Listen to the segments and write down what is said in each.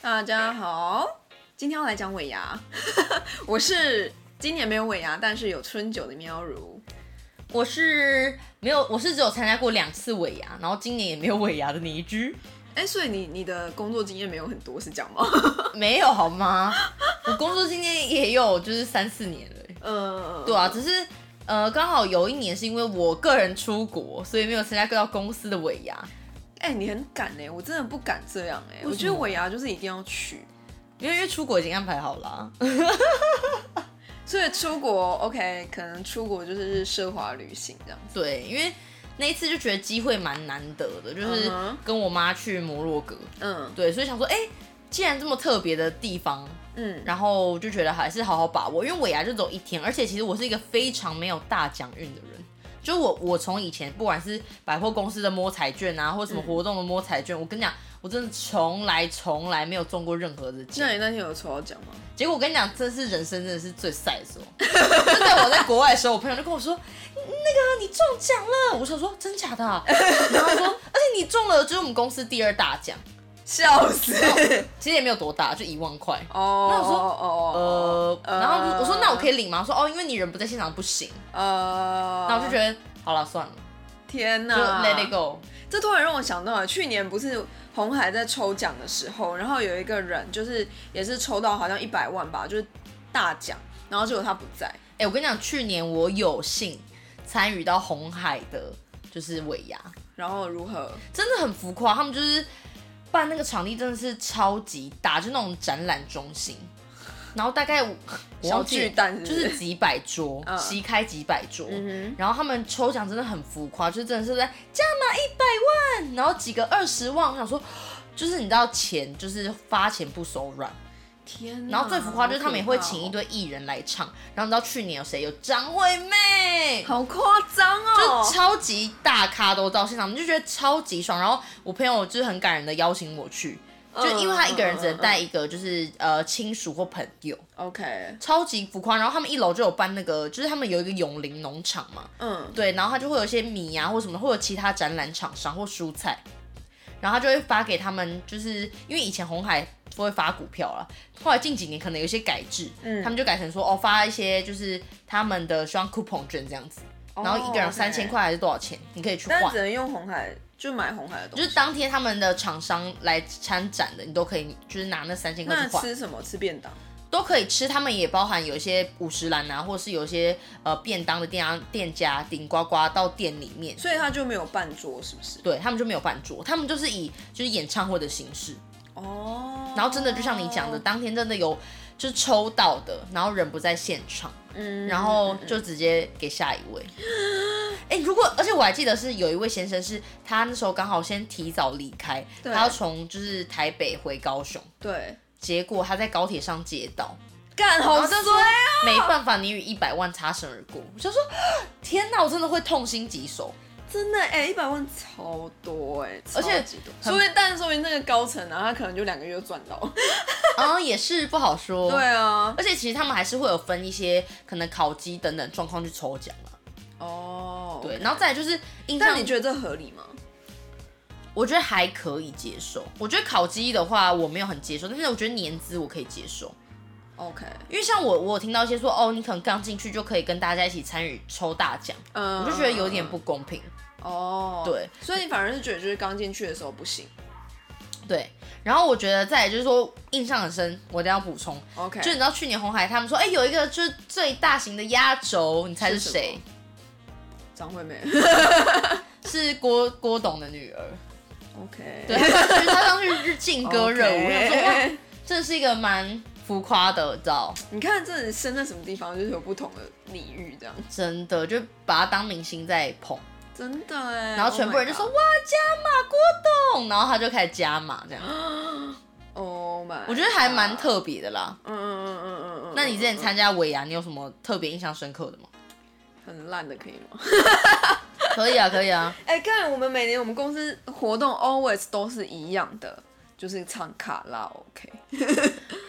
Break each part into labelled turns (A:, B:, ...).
A: 大家好，今天要来讲尾牙， 我是今年没有尾牙，但是有春酒的喵如。
B: 我是没有，我是只有参加过两次尾牙，然后今年也没有尾牙的 倪居，
A: 哎、所以你你的工作经验没有很多是这样 吗？
B: 没有好吗？我工作今年也有就是三四年了欸，
A: 呃，
B: 对啊，只是呃刚好有一年是因为我个人出国，所以没有参加到公司的尾牙，
A: 哎、你很敢哎、我真的不敢这样哎、
B: 为什么
A: 我觉得尾牙就是一定要去，
B: 因为因为出国已经安排好了 啊、
A: 所以出国 OK，可能出国就是奢华旅行这样子。
B: 对，因为那一次就觉得机会蛮难得的，就
A: 嗯
B: 是
A: 哼
B: 跟我妈去摩洛哥，
A: 嗯
B: 对，所以想说，哎、既然这么特别的地方，
A: 嗯，
B: 然后就觉得还是好好把握，因为尾牙就走一天，而且其实我是一个非常没有大奖运的人。就我，我从以前不管是百货公司的摸彩券啊，或者什么活动的摸彩券，我跟你讲，我真的从来从来没有中过任何的奖
A: 那。你那天有抽到奖吗？
B: 结果我跟你讲，这是人生真的是最晒的时候。就在我在国外的时候，我朋友就跟我说：“那个啊你中奖了。”我想说：“真假的啊、然后他说：“ 而且你中了，就是我们公司第二大奖，
A: 笑死！
B: 其实也没有多大，就一万块。”
A: 哦哦
B: 那我说
A: 哦
B: 呃，
A: 呃
B: 然后我说那我可以领吗？他说哦，因为你人不在现场不行。
A: 哦呃，
B: 那我就觉得好了，算了，
A: 天
B: 就
A: 哪
B: let it go。
A: 这突然让我想到了，去年不是红海在抽奖的时候，然后有一个人就是也是抽到好像一百万吧，就是大奖，然后结果他不在，
B: 哎、我跟你讲，去年我有幸参与到红海的，就是尾牙，
A: 然后如何？
B: 真的很浮夸。他们就是办那个场地真的是超级大，就那种展览中心，然后大概我我忘记
A: 小巨蛋是不
B: 就是是几百桌，
A: 嗯
B: 席开几百桌。
A: 嗯
B: 然后他们抽奖真的很浮夸，就是真的是在加码一百万，然后几个二十万，我想说，就是你知道钱就是发钱不手软，
A: 哼，哦天哪！
B: 然后最浮夸就是他们也会请一
A: 堆，
B: 堆艺人来唱，然后你知道去年有谁有张惠妹，
A: 好夸张
B: 就
A: 哦！
B: 超级大咖都到现场，我们就觉得超级爽。然后我朋友就是很感人的邀请我去，
A: 嗯
B: 就因为他一个人只能
A: 哦
B: 带一个就是呃亲属或朋友，
A: OK，
B: 超级浮夸。然后他们一楼就有办那个，就是他们有一个永林农场嘛，
A: 嗯，
B: 对，然后他就会有一些米啊或什么，会有其他展览厂商或蔬菜，然后他就会发给他们，就是因为以前红海都会发股票啦，后来近几年可能有一些改制，
A: 嗯
B: 他们就改成说哦发一些就是他们的希望 coupon 券这样子，
A: 哦
B: 然后一个人三千块还是多少钱，你可以去
A: 但
B: 换
A: 只。能用红海，就买红海的东
B: 就
A: 西。
B: 是当天他们的厂商来参展的，你都可以，就是拿那三千块
A: 那
B: 去换，
A: 吃什么？吃便当？
B: 都可以吃。他们也包含有一些五十兰啊，或是有一些呃便当的店啊店家顶呱呱到店里面，
A: 所以他就没有半桌，是不是？
B: 对他们就没有办桌，他们就是以就是演唱会的形式，
A: 哦。
B: 然后真的就像你讲的，，当天真的有就是抽到的，然后人不在现场，
A: 嗯
B: 然后就直接给下一位。哎、如果而且我还记得是有一位先生是他那时候刚好先提早离开，
A: 对
B: 他要从就是台北回高雄，
A: 对，
B: 结果他在高铁上跌倒，
A: 干
B: 然
A: 好
B: 后就
A: 衰哦
B: 说没办法，你与一百万擦身而过。我就说 天哪，我真的会痛心疾首。
A: 真的哎，一、百万超多哎、
B: 而且
A: 超级多说不定，但是说明那个高层啊，他可能就两个月就赚到。
B: 嗯，也是不好说。
A: 对啊，
B: 而且其实他们还是会有分一些可能烤鸡等等状况去抽奖嘛。
A: 哦，
B: 对，然后再来就是印象，
A: 但你觉得这合理吗？
B: 我觉得还可以接受。我觉得烤鸡的话我没有很接受，但是我觉得年资我可以接受，
A: OK，
B: 因为像我我有听到一些说哦，你可能刚进去就可以跟大家一起参与抽大奖，
A: 嗯
B: 我就觉得有点不公平。
A: 哦，
B: 对，
A: 所以你反而是觉得就是刚进去的时候不行
B: 对，然后我觉得再来就是说印象很深，我一定要补充，
A: ，OK，
B: 就你知道去年红海他们说，哎、有一个就是最大型的压轴，你猜是
A: 是什么
B: 谁？
A: 张惠 妹
B: 是郭郭董的女儿。
A: ，OK，
B: 对，他上去他上去日劲歌热舞，我想说哇，
A: o
B: 这是一个蛮浮夸的，你知道？
A: 你看这人生在什么地方，就是有不同的领域这样，
B: 真的就把他当明星在
A: Oh
B: 捧，
A: 真的哎，
B: 然后全部人就说、哇加码郭董，然后他就开始加码这样，
A: ，Oh my，
B: 我觉得还蛮
A: God
B: 特别的啦。
A: 嗯嗯嗯嗯嗯嗯，
B: 那你之前参加尾牙，你有什么特别印象深刻的吗？
A: 很烂的可以吗？
B: 可以啊，可以啊，
A: 哎、看我们每年我们公司活动 always 都是一样的，就是唱卡拉 OK，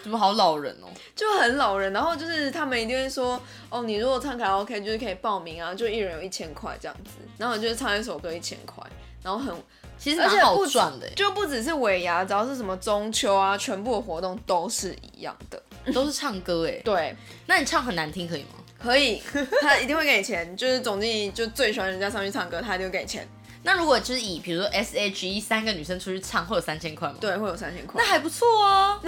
B: 怎么好老人哦？
A: 就很老人。然后就是他们一定会说，哦，你如果唱卡拉 OK 就是可以报名啊，就一人有一千块这样子。然后我就是唱一首歌一千块，然后很
B: 其实
A: 而且
B: 蛮好
A: 不止
B: 赚的欸，
A: 就不只是尾牙，只要是什么中秋啊，全部的活动都是一样的。
B: 欸都是唱歌哎。
A: 对，
B: 那你唱很难听可以吗？
A: 可 以，他一定会给你钱，就是总经理就最喜欢人家上去唱歌，他一定会给你钱，
B: 那如果就是以比如说 S H E 三个女生出去唱，会有三千块吗？，
A: 对，会有三千块
B: 那。还不 错啊。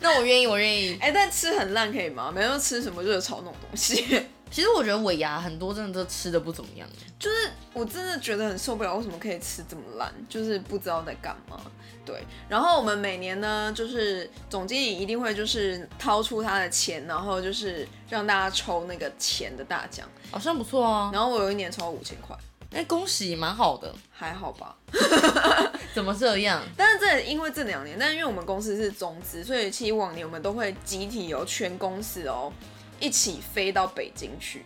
B: 那我愿意，我愿意。
A: 哎、但吃很烂可以吗？没有吃什么热炒那种东西，
B: 其实我觉得尾牙很多真的都吃的不怎么样，
A: 就是我真的觉得很受不了，为什么可以吃这么烂？就是不知道在干嘛。对，然后我们每年呢，就是总经理一定会就是掏出他的钱，然后就是让大家抽那个钱的大奖。
B: 好像不错啊。
A: 然后我有一年抽到五千块，
B: 那恭喜，蛮好的。
A: 还好吧。
B: 怎么这样？
A: 但是这也因为这两年，但是因为我们公司是中资，所以其实往年我们都会集体由全公司哦一起飞到北京去，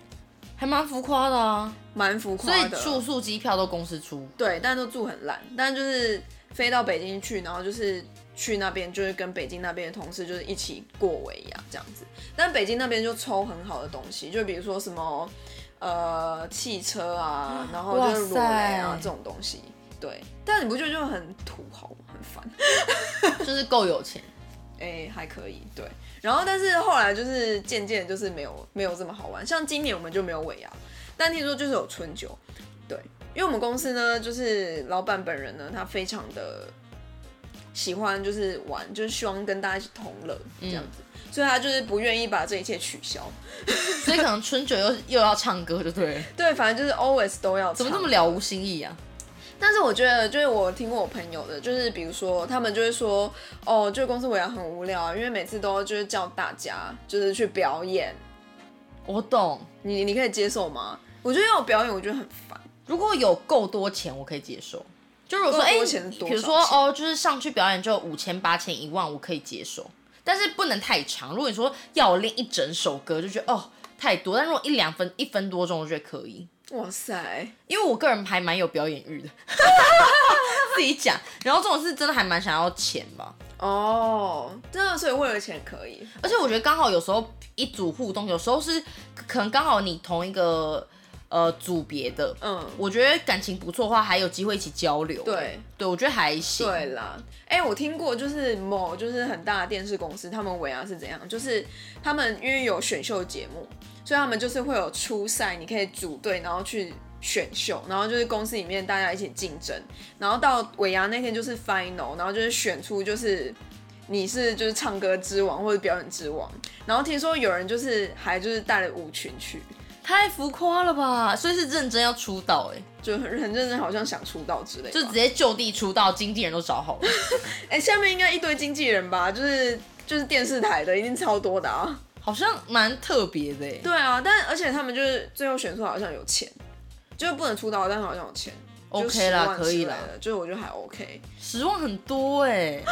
B: 还蛮浮夸的啊。
A: 蛮浮夸
B: 所以
A: 的。哦
B: 住宿、机票都公司出。
A: 对，但都住很烂，但就是飞到北京去，然后就是去那边，就是跟北京那边的同事就是一起过尾牙这样子。但北京那边就抽很好的东西，就比如说什么呃汽车啊，然后就是
B: 哇
A: 裸
B: 塞
A: 雷啊这种东西。对，但你不觉得就很土豪吗？很烦？
B: 就是够有钱。
A: 哎、还可以，对。然后，但是后来就是渐渐就是没有没有这么好玩，像今年我们就没有尾牙，但听说就是有春酒，对。因为我们公司呢，就是老板本人呢，他非常的喜欢就是玩，就是希望跟大家一起同乐
B: 嗯
A: 这样子，所以他就是不愿意把这一切取消。
B: 所以可能春酒又又要唱歌，就对了。
A: 对，反正就是 always 都要。
B: 怎么这么了无新意啊？
A: 但是我觉得，就是我听过我朋友的，就是比如说他们就会说，哦，就公司尾牙很无聊啊，因为每次都就是叫大家就是去表演，
B: 我懂，
A: 你你可以接受吗？我觉得要有表演，我觉得很烦。
B: 如果有够多钱，我可以接受。就是我说，
A: 够
B: 哎、
A: 多钱是多少
B: 比如说
A: 钱
B: 哦，就是上去表演就五千、八千、一万，我可以接受，但是不能太长。如果你说要我练一整首歌，就觉得哦太多，但如果一两分、一分多钟，我觉得可以，
A: 哇塞，
B: 因为我个人还蛮有表演欲的， 自己讲。然后这种事真的还蛮想要钱吧，
A: 哦，真的，所以为了钱可以。
B: 而且我觉得刚好有时候一组互动，有时候是可能刚好你同一个呃组别的，
A: 嗯，
B: 我觉得感情不错的话，还有机会一起交流。
A: 对，
B: 对我觉得还行。
A: 对啦，哎、我听过，就是某就是很大的电视公司，他们尾牙是怎样？就是他们因为有选秀节目，所以他们就是会有初赛，你可以组队，然后去选秀，然后就是公司里面大家一起竞争，然后到尾牙那天就是 final，然后就是选出就是你是就是唱歌之王或者表演之王，然后听说有人就是还就是带了舞群去，
B: 太浮夸了吧！所以是认真要出道哎、
A: 就很很认真，好像想出道之类的吧，
B: 就直接就地出道，经纪人都找好了。
A: 哎、下面应该一堆经纪人吧，就是就是电视台的，一定超多的啊。
B: 好像蛮特别的、欸。
A: 对啊，但而且他们就是最后选出好像有钱，就是不能出道，但好像有钱。就
B: OK 啦
A: 10万
B: 可以啦
A: 之类的就是我觉得还 OK。
B: 十万很多哎、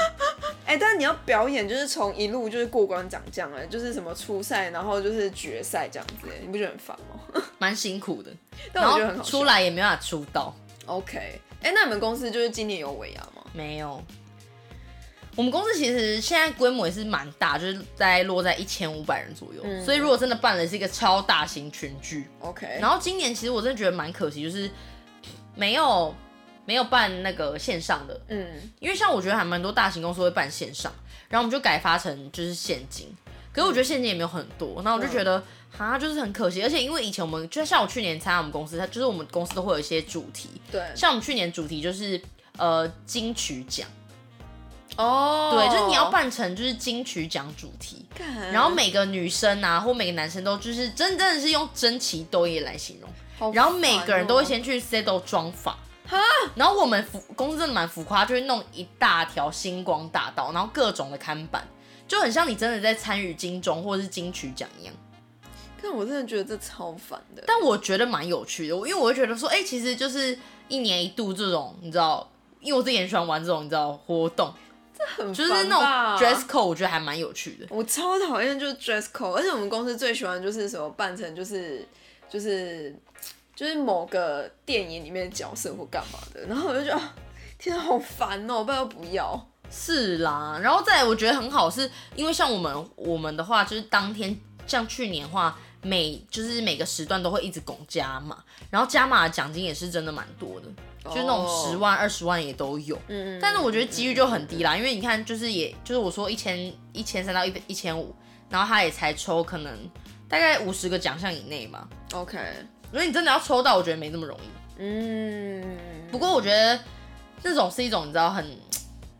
A: 哎、但你要表演，就是从一路就是过关斩将哎，就是什么初赛，然后就是决赛这样子哎，你不觉得很烦吗？
B: 蛮辛苦的。
A: 但
B: 然
A: 我觉得很
B: 后
A: 好
B: 出
A: 来
B: 来也没办法出道，
A: OK。哎、那你们公司就是今年有尾牙吗？
B: 没有。我们公司其实现在规模也是蛮大，就是大概落在一千五百人左右。
A: 嗯哎
B: 所以如果真的办了，是一个超大型群聚。
A: OK，
B: 然后今年其实我真的觉得蛮可惜，就是没有没有办那个线上的，
A: 嗯，
B: 因为像我觉得还蛮多大型公司会办线上，然后我们就改发成就是现金。可是我觉得现金也没有很多，那我就觉得哈、就是很可惜。而且因为以前我们就像我去年参加我们公司，它就是我们公司都会有一些主题，
A: 对，
B: 像我们去年主题就是呃金曲奖，
A: 哦
B: 对，就是你要，办成就是金曲奖主题，
A: 干
B: 然后每个女生啊或每个男生都就是真真的是用争奇斗艳来形容。
A: 好
B: 然后每个人都会
A: 烦哦
B: 先去 settle 妆发。然后我们浮公司真的蛮浮夸，就会弄一大条星光大道，然后各种的看板，就很像你真的在参与金钟或者是金曲奖一样。
A: 但我真的觉得这超烦的。
B: 但我觉得蛮有趣的，我因为我会觉得说，哎、其实就是一年一度这种，你知道，因为我自己很喜欢玩这种，你知道活动，
A: 很
B: 就是
A: 烦
B: 那
A: 吧
B: 种 dress code，我觉得还蛮有趣的。
A: 我超讨厌就是 dress code，而且我们公司最喜欢就是什么扮成就是就是就是某个电影里面的角色或干嘛的，然后我就觉得、啊、天啊好烦哦、不要不要，
B: 是啦，然后再来我觉得很好，是因为像我们我们的话，就是当天像去年的话，每就是每个时段都会一直拱加码，然后加码的奖金也是真的蛮多的，就是那种
A: 哦
B: 十万、二十万也都有。
A: 嗯，
B: 但是我觉得几率就很低啦，因为你看，就是也就是我说一千一千三到一一千五，然后他也才抽可能大概五十个奖项以内嘛。
A: OK，
B: 如果你真的要抽到，我觉得没那么容易。
A: 嗯，
B: 不过我觉得那种是一种你知道很，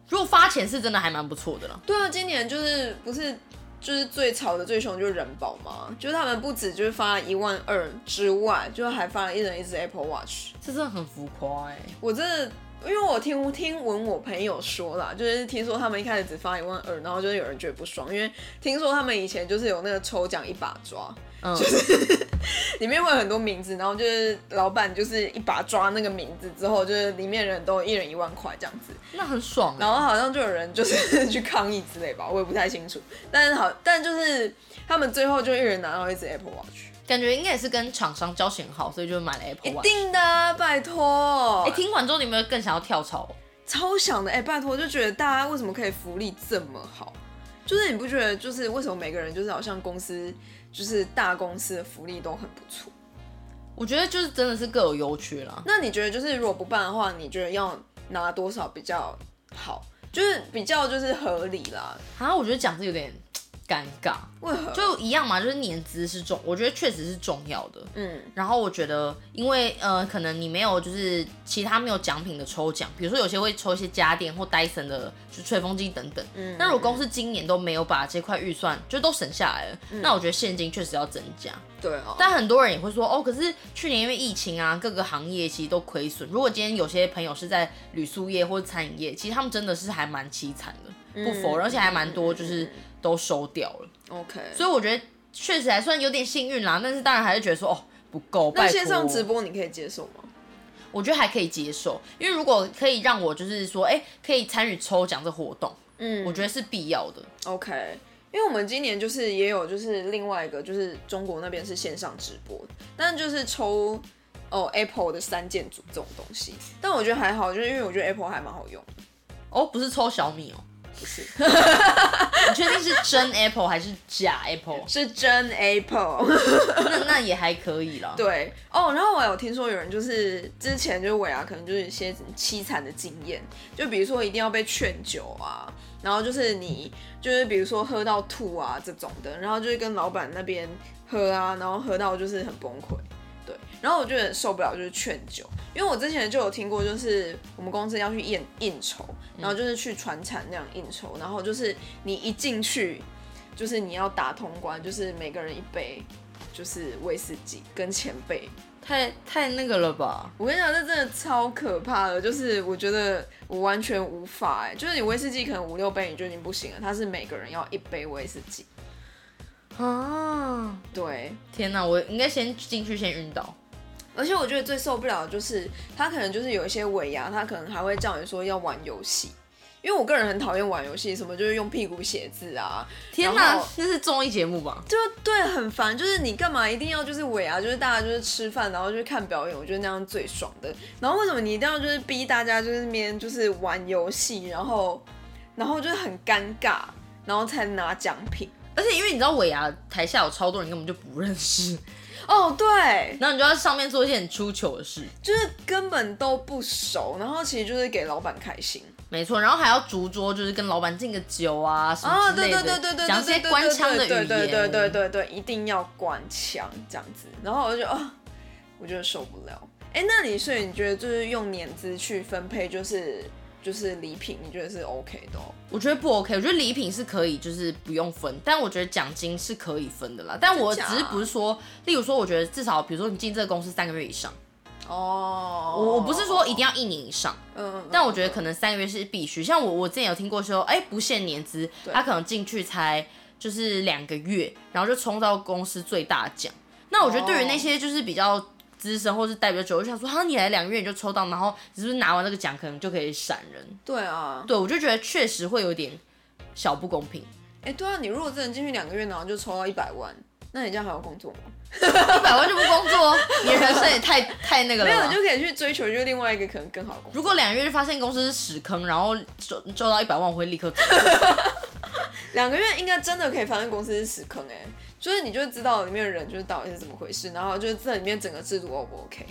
B: 如果发钱是真的还蛮不错的啦。
A: 对啊，今年就是不是就是最吵的最凶的就是人保嘛，就是他们不止就是发一万二之外，就还发了一人一只 Apple Watch。
B: 这真的很浮夸哎、
A: 我真的，因为我听听闻我朋友说啦，就是听说他们一开始只发一万二，然后就是有人觉得不爽，因为听说他们以前就是有那个抽奖一把抓，
B: 嗯，
A: 里面会有很多名字，然后就是老板就是一把抓那个名字之后，就是里面人都一人一万块这样子，
B: 那很爽、欸。
A: 然后好像就有人就是去抗议之类吧，我也不太清楚，但是好，但就是他们最后就一人拿到一只 Apple Watch，
B: 感觉应该也是跟厂商交情好，所以就买了 Apple
A: 一
B: Watch。
A: 定的啊、拜托，
B: 哎、欸听完之后你有没有更想要跳槽？
A: 超想的，哎、拜托，就觉得大家为什么可以福利这么好？就是你不觉得，就是为什么每个人就是好像公司就是大公司的福利都很不错？
B: 我觉得就是真的是各有优缺啦。
A: 那你觉得就是如果不办的话，你觉得要拿多少比较好？就是比较就是合理啦，
B: 啊，我觉得讲这有点尴尬，
A: 为何？
B: 就一样嘛，就是年资是重，我觉得确实是重要的。
A: 嗯
B: 然后我觉得，因为呃，可能你没有就是其他没有奖品的抽奖，比如说有些会抽一些家电或 Dyson 的，就吹风机等等。
A: 嗯
B: 那如果公司今年都没有把这块预算就都省下来了，那我觉得现金确实要增加。
A: 对哦，
B: 但很多人也会说，哦，可是去年因为疫情啊，各个行业其实都亏损。如果今天有些朋友是在旅宿业或者餐饮业，其实他们真的是还蛮凄惨
A: 嗯
B: 的，不否认，而且还蛮多就是都收掉了。
A: OK。
B: 所以我觉得确实还算有点幸运啦，但是当然还是觉得说，哦，不够。
A: 那
B: 拜
A: 线上
B: 托
A: 直播你可以接受吗？
B: 我觉得还可以接受，因为如果可以让我就是说，哎、可以参与抽奖这活动，
A: 嗯
B: 我觉得是必要的。
A: OK，因为我们今年就是也有就是另外一个就是中国那边是线上直播，但就是抽哦 Apple 的三件组这种东西，但我觉得还好，就是因为我觉得 Apple 还蛮好用，
B: 哦，不是抽小米哦，
A: 不是
B: 你确定是真 Apple 还是假 Apple？
A: 是真 Apple。
B: 那那也还可以啦。
A: 对哦，然后我有听说有人就是之前就是尾牙可能就是一些凄惨的经验，就比如说一定要被劝酒啊，然后就是你就是比如说喝到吐啊这种的，然后就是跟老板那边喝啊，然后喝到就是很崩溃。对，然后我就很受不了，就是劝酒，因为我之前就有听过，就是我们公司要去应应酬，然后就是去船产那样应酬，然后就是你一进去，就是你要打通关，就是每个人一杯，就是威士忌跟前辈。
B: 太太那个了吧？
A: 我跟你讲，这真的超可怕的，就是我觉得我完全无法哎、就是你威士忌可能五六杯你就已经不行了，它是每个人要一杯威士忌。
B: 啊！
A: 对，
B: 天哪，我应该先进去先晕倒。
A: 而且我觉得最受不了的就是他可能就是有一些尾牙，他可能还会叫你说要玩游戏，因为我个人很讨厌玩游戏，什么就是用屁股写字啊，
B: 天
A: 然
B: 哪
A: 后，
B: 那是综艺节目吧？
A: 就对，很烦。就是你干嘛一定要就是尾牙，就是大家就是吃饭，然后就是看表演，我觉得那样最爽的。然后为什么你一定要就是逼大家就是那边就是玩游戏，然后然后就是很尴尬，然后才拿奖品。
B: 而且因为你知道尾牙台下有超多人根本就不 认识，
A: 哦，对，
B: 然后你就要上面做一些很出糗的事，
A: 就是根本都不熟，然后其实就是给老板开心。
B: 没错，然后还要逐桌，就是跟老板敬个酒啊什么
A: 啊，
B: 之
A: 对
B: 类的，
A: 对对对对，
B: 讲一些官腔的语
A: 对
B: 言，
A: 对对对对对，一定要官腔这样子。然后我就啊，我就受不了。哎，那你所以你觉得就是用年资去分配，就是就是礼品，你觉得是 OK 的、哦？
B: 我觉得不 OK，我觉得礼品是可以，就是不用分，但我觉得奖金是可以分的啦。但我只
A: 真假
B: 是不是说，例如说，我觉得至少比如说你进这个公司三个月以上，
A: 哦，
B: 我我不是说一定要一年以上，
A: 嗯，嗯，
B: 但我觉得可能三个月是必须。像我，我之前有听过说，哎、不限年资，他可能进去才就是两个月，然后就冲到公司最大奖。那我觉得对
A: 哦
B: 于那些就是比较资深或是待比较久，我就想说，哈，你来两个月你就抽到，然后你是不是拿完这个奖可能就可以闪人？
A: 对啊，
B: 对，我就觉得确实会有点小不公平。
A: 哎，对啊，你如果真的进去两个月，然后就抽到一百万，那你这样还有工作吗？
B: 一百万就不工作，你人生也太太那个
A: 没有，
B: 了
A: 你
B: 吧
A: 就。可以去追求就是另外一个可能更好的工作。
B: 如果两个月就发现公司是屎坑，然后收收到一百万，我会立刻走。
A: 两个月应该真的可以发现公司是屎坑哎、就是你就知道里面的人就是到底是怎么回事，然后就是这里面整个制度 O 不 OK？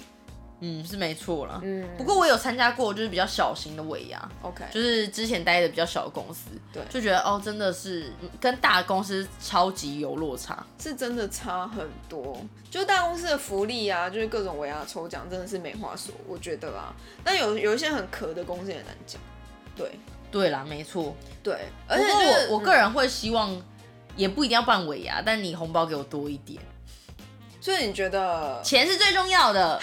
B: 嗯，是没错啦。
A: 嗯
B: 不过我有参加过，就是比较小型的尾牙，
A: ，OK，
B: 就是之前待的比较小的公司，
A: 对
B: 就觉得哦，真的是嗯跟大公司超级有落差。
A: 是真的差很多。就大公司的福利啊，就是各种维亚抽奖真的是没话说，我觉得啦。但有有一些很壳的公司也难讲，对
B: 对啦，没错。
A: 对，
B: 不
A: 而且、
B: 过
A: 就是
B: 我我个
A: 嗯
B: 人会希望，也不一定要办尾牙，但你红包给我多一点，
A: 嗯所以你觉得
B: 钱是最重要的。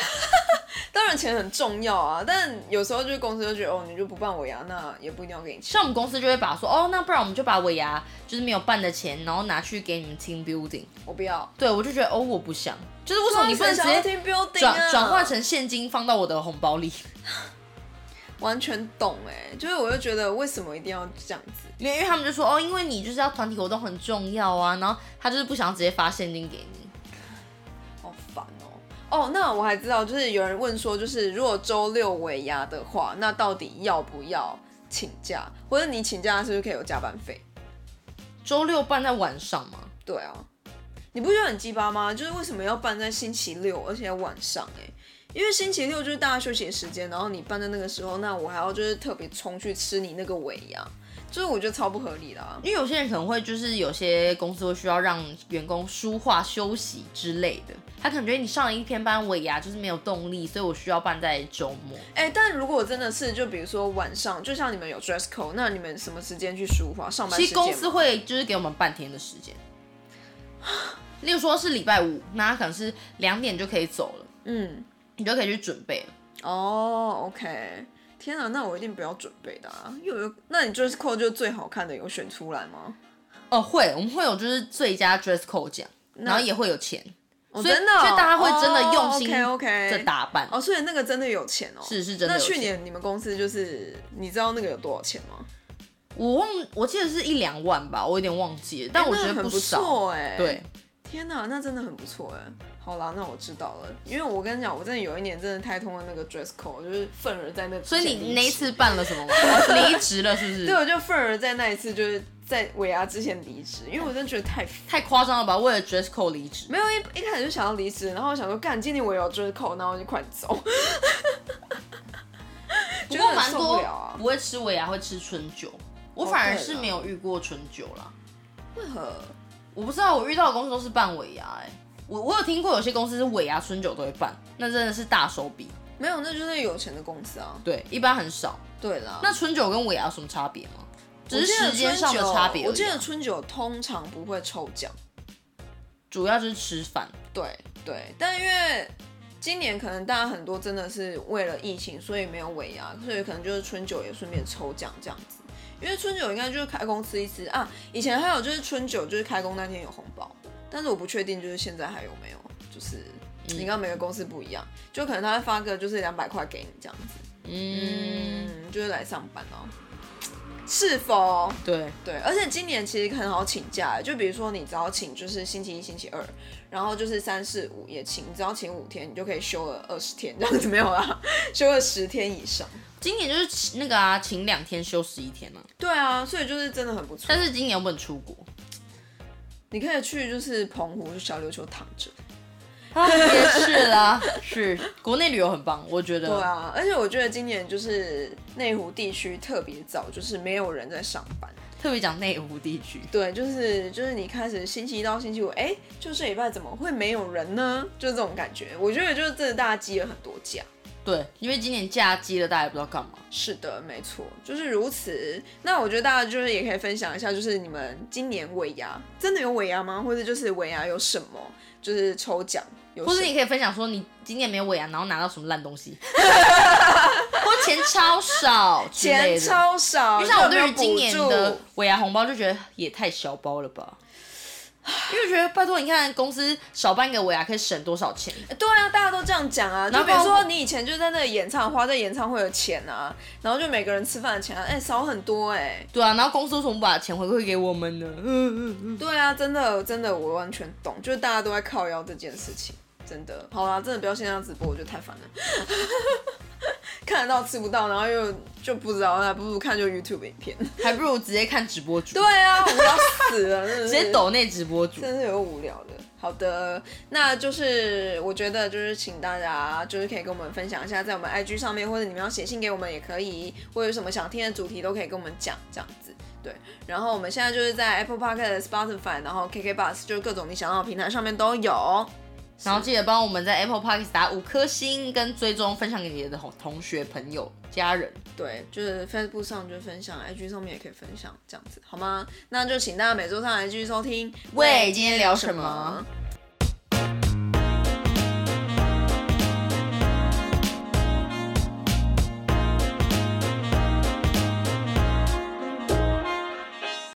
A: 当然钱很重要啊，但有时候就是公司就觉得哦，你就不办尾牙，那也不一定要给你钱。
B: 像我们公司就会把说，哦，那不然我们就把尾牙就是没有办的钱，然后拿去给你们 team building。
A: 我不要，
B: 对我就觉得，哦，我不想，就是为什么你不能直
A: 想要
B: 接
A: 听 building
B: 转
A: 啊
B: 转换成现金放到我的红包里？
A: 完全懂哎、就是我就觉得为什么一定要这样子？
B: 因为因为他们就说，哦，因为你就是要团体活动很重要啊，然后他就是不想直接发现金给你。
A: 好烦哦。哦，那我还知道，就是有人问说，就是如果周六尾牙的话，那到底要不要请假？或者你请假是不是可以有加班费？
B: 周六办在晚上嘛，
A: 对啊，你不觉得很鸡巴吗？就是为什么要办在星期六，而且要晚上、欸？因为星期六就是大家休息的时间，然后你办在那个时候，那我还要就是特别冲去吃你那个尾牙，就是我觉得超不合理的、啊。
B: 因为有些人可能会就是有些公司会需要让员工舒化休息之类的，他可能觉得你上了一天班尾牙就是没有动力，所以我需要办在周末。
A: 哎、但如果真的是，就比如说晚上，就像你们有 dress code，那你们什么时间去梳化？上班
B: 其
A: 时
B: 实
A: 间
B: 公司
A: 吗
B: 会就是给我们半天的时间，例如说是礼拜五，那他可能是两点就可以走了，
A: 嗯，
B: 你就可以去准备了。
A: 哦，OK，天啊，那我一定不要准备的啊！又有，那你 dress code 就最好看的有选出来吗？
B: 哦，会，我们会有就是最佳 dress code 奖，然后也会有钱，
A: 哦
B: 所以
A: 真的哦、
B: 所以大家会真的用心
A: o k
B: 这
A: OK，
B: 打扮。
A: 哦，所以那个真的有钱哦，
B: 是是真的
A: 那
B: 有
A: 去
B: 钱
A: 年你们公司就是，你知道那个有多少钱吗？
B: 我忘，我记得是一两万吧，我有点忘记了，但我
A: 哎那
B: 觉得
A: 很不
B: 少。
A: 错哎、
B: 对，，
A: 天哪，那真的很不错哎。好啦，那我知道了，因为我跟你讲，我真的有一年真的太通了那个 dress code，就是愤而在那之
B: 所
A: 前离
B: 以
A: 职，
B: 你那一次办了 什么吗？哦离职了是不
A: 对，
B: 是？
A: 我就愤而在那一次就是在尾牙之前离职，因为我真的觉得太
B: 太夸张了吧？为了 dress code 离职，
A: 没有一一开始就想要离职，然后我想说干，今年我也有 dress code，然后我就快走，
B: 不
A: 觉
B: 过
A: 得
B: 蛮
A: 很受不
B: 多
A: 了啊。
B: 不会吃尾牙，会吃春酒。我
A: 哦
B: 反而
A: 对
B: 是
A: 啦
B: 没有遇过春酒啦，
A: 为何？
B: 我不知道我遇到的公司都是办尾牙哎、我我有听过有些公司是尾牙春酒都会办，那真的是大手笔。
A: 没有，那就是有钱的公司啊。
B: 对，一般很少。
A: 对啦，
B: 那春酒跟尾牙有什么差别吗？
A: 我
B: 只是
A: 记得
B: 时间上的
A: 春酒
B: 差别而已啊。
A: 我记得春酒通常不会抽奖，
B: 主要就是吃饭，
A: 对对，但因为今年可能大家很多真的是为了疫情，所以没有尾牙，所以可能就是春酒也顺便抽奖这样子。因为春酒应该就是开工吃一吃啊，以前还有就是春酒就是开工那天有红包，但是我不确定就是现在还有没有，就是你看每个公司不一样，就可能他会发个就是两百块给你这样子，
B: 嗯，
A: 嗯，就是来上班哦，是否？
B: 对，
A: 对，而且今年其实很好请假，就比如说你只要请就是星期一、星期二，然后就是三四五也请，你只要请五天，你就可以休了二十天，这样子没有啦， 休了十天以上。
B: 今年就是请那个啊，请两天休十一天啊，
A: 对啊，所以就是真的很不错。
B: 但是今年我不能出国，
A: 你可以去就是澎湖小琉球躺着。
B: 啊、也是啦， 是国内旅游很棒，我觉得，
A: 啊对啊，而且我觉得今年就是内湖地区特别早，就是没有人在上班。
B: 特别讲内湖地区，
A: 对，就是就是你开始星期一到星期五，哎、就这礼拜怎么会没有人呢？就这种感觉。我觉得就是真的大家积了很多假。
B: 对，因为今年假期了，大家也不知道干嘛。
A: 是的，没错，就是如此。那我觉得大家就是也可以分享一下，就是你们今年尾牙真的有尾牙吗？或者就是尾牙有什么？就是抽奖有
B: 或
A: 什
B: 是
A: 么？
B: 你可以分享说你今年没有尾牙，然后拿到什么烂 东西，或钱超少之类
A: 钱
B: 的。
A: 超少，
B: 就像我
A: 又没
B: 对
A: 有
B: 于今年
A: 补助
B: 的尾牙红包就觉得也太小包了吧，因为觉得拜托你看公司少办一个尾牙可以省多少钱，
A: 对啊，大家都这样讲啊。
B: 然
A: 就
B: 后
A: 比如
B: 包
A: 说
B: 括
A: 你以前就在那里演唱，花在演唱会的钱啊，然后就每个人吃饭的钱啊，哎、少很多哎、
B: 对啊，然后公司为什么不把钱回馈给我们呢？嗯嗯嗯，
A: 对啊，真的真的，我完全懂，就是大家都在靠腰这件事情，真的。好啦，真的不要现在这样直播，我觉得太烦了。 看得到吃不到，然后又就不知道，那不如看就 YouTube 影片。
B: 还不如直接看直播主，
A: 对，啊，无聊死了，真的是
B: 直接抖内直播主。
A: 真是有无聊的。好的，那就是我觉得就是请大家就是可以跟我们分享一下，在我们 IG 上面，或者你们要写信给我们也可以，或者有什么想听的主题都可以跟我们讲，这样子。对，然后我们现在就是在 Apple Podcast、Spotify，然后 KK Bus，就是各种你想要的平台上面都有。
B: 然后记得帮我们在 Apple Podcast 打五颗星，跟追踪分享给你的同同学、朋友、家人。
A: 对，就是 Facebook 上就分享，IG 上面也可以分享，这样子好吗？那就请大家每周上来继续收听。
B: 喂今天聊什么？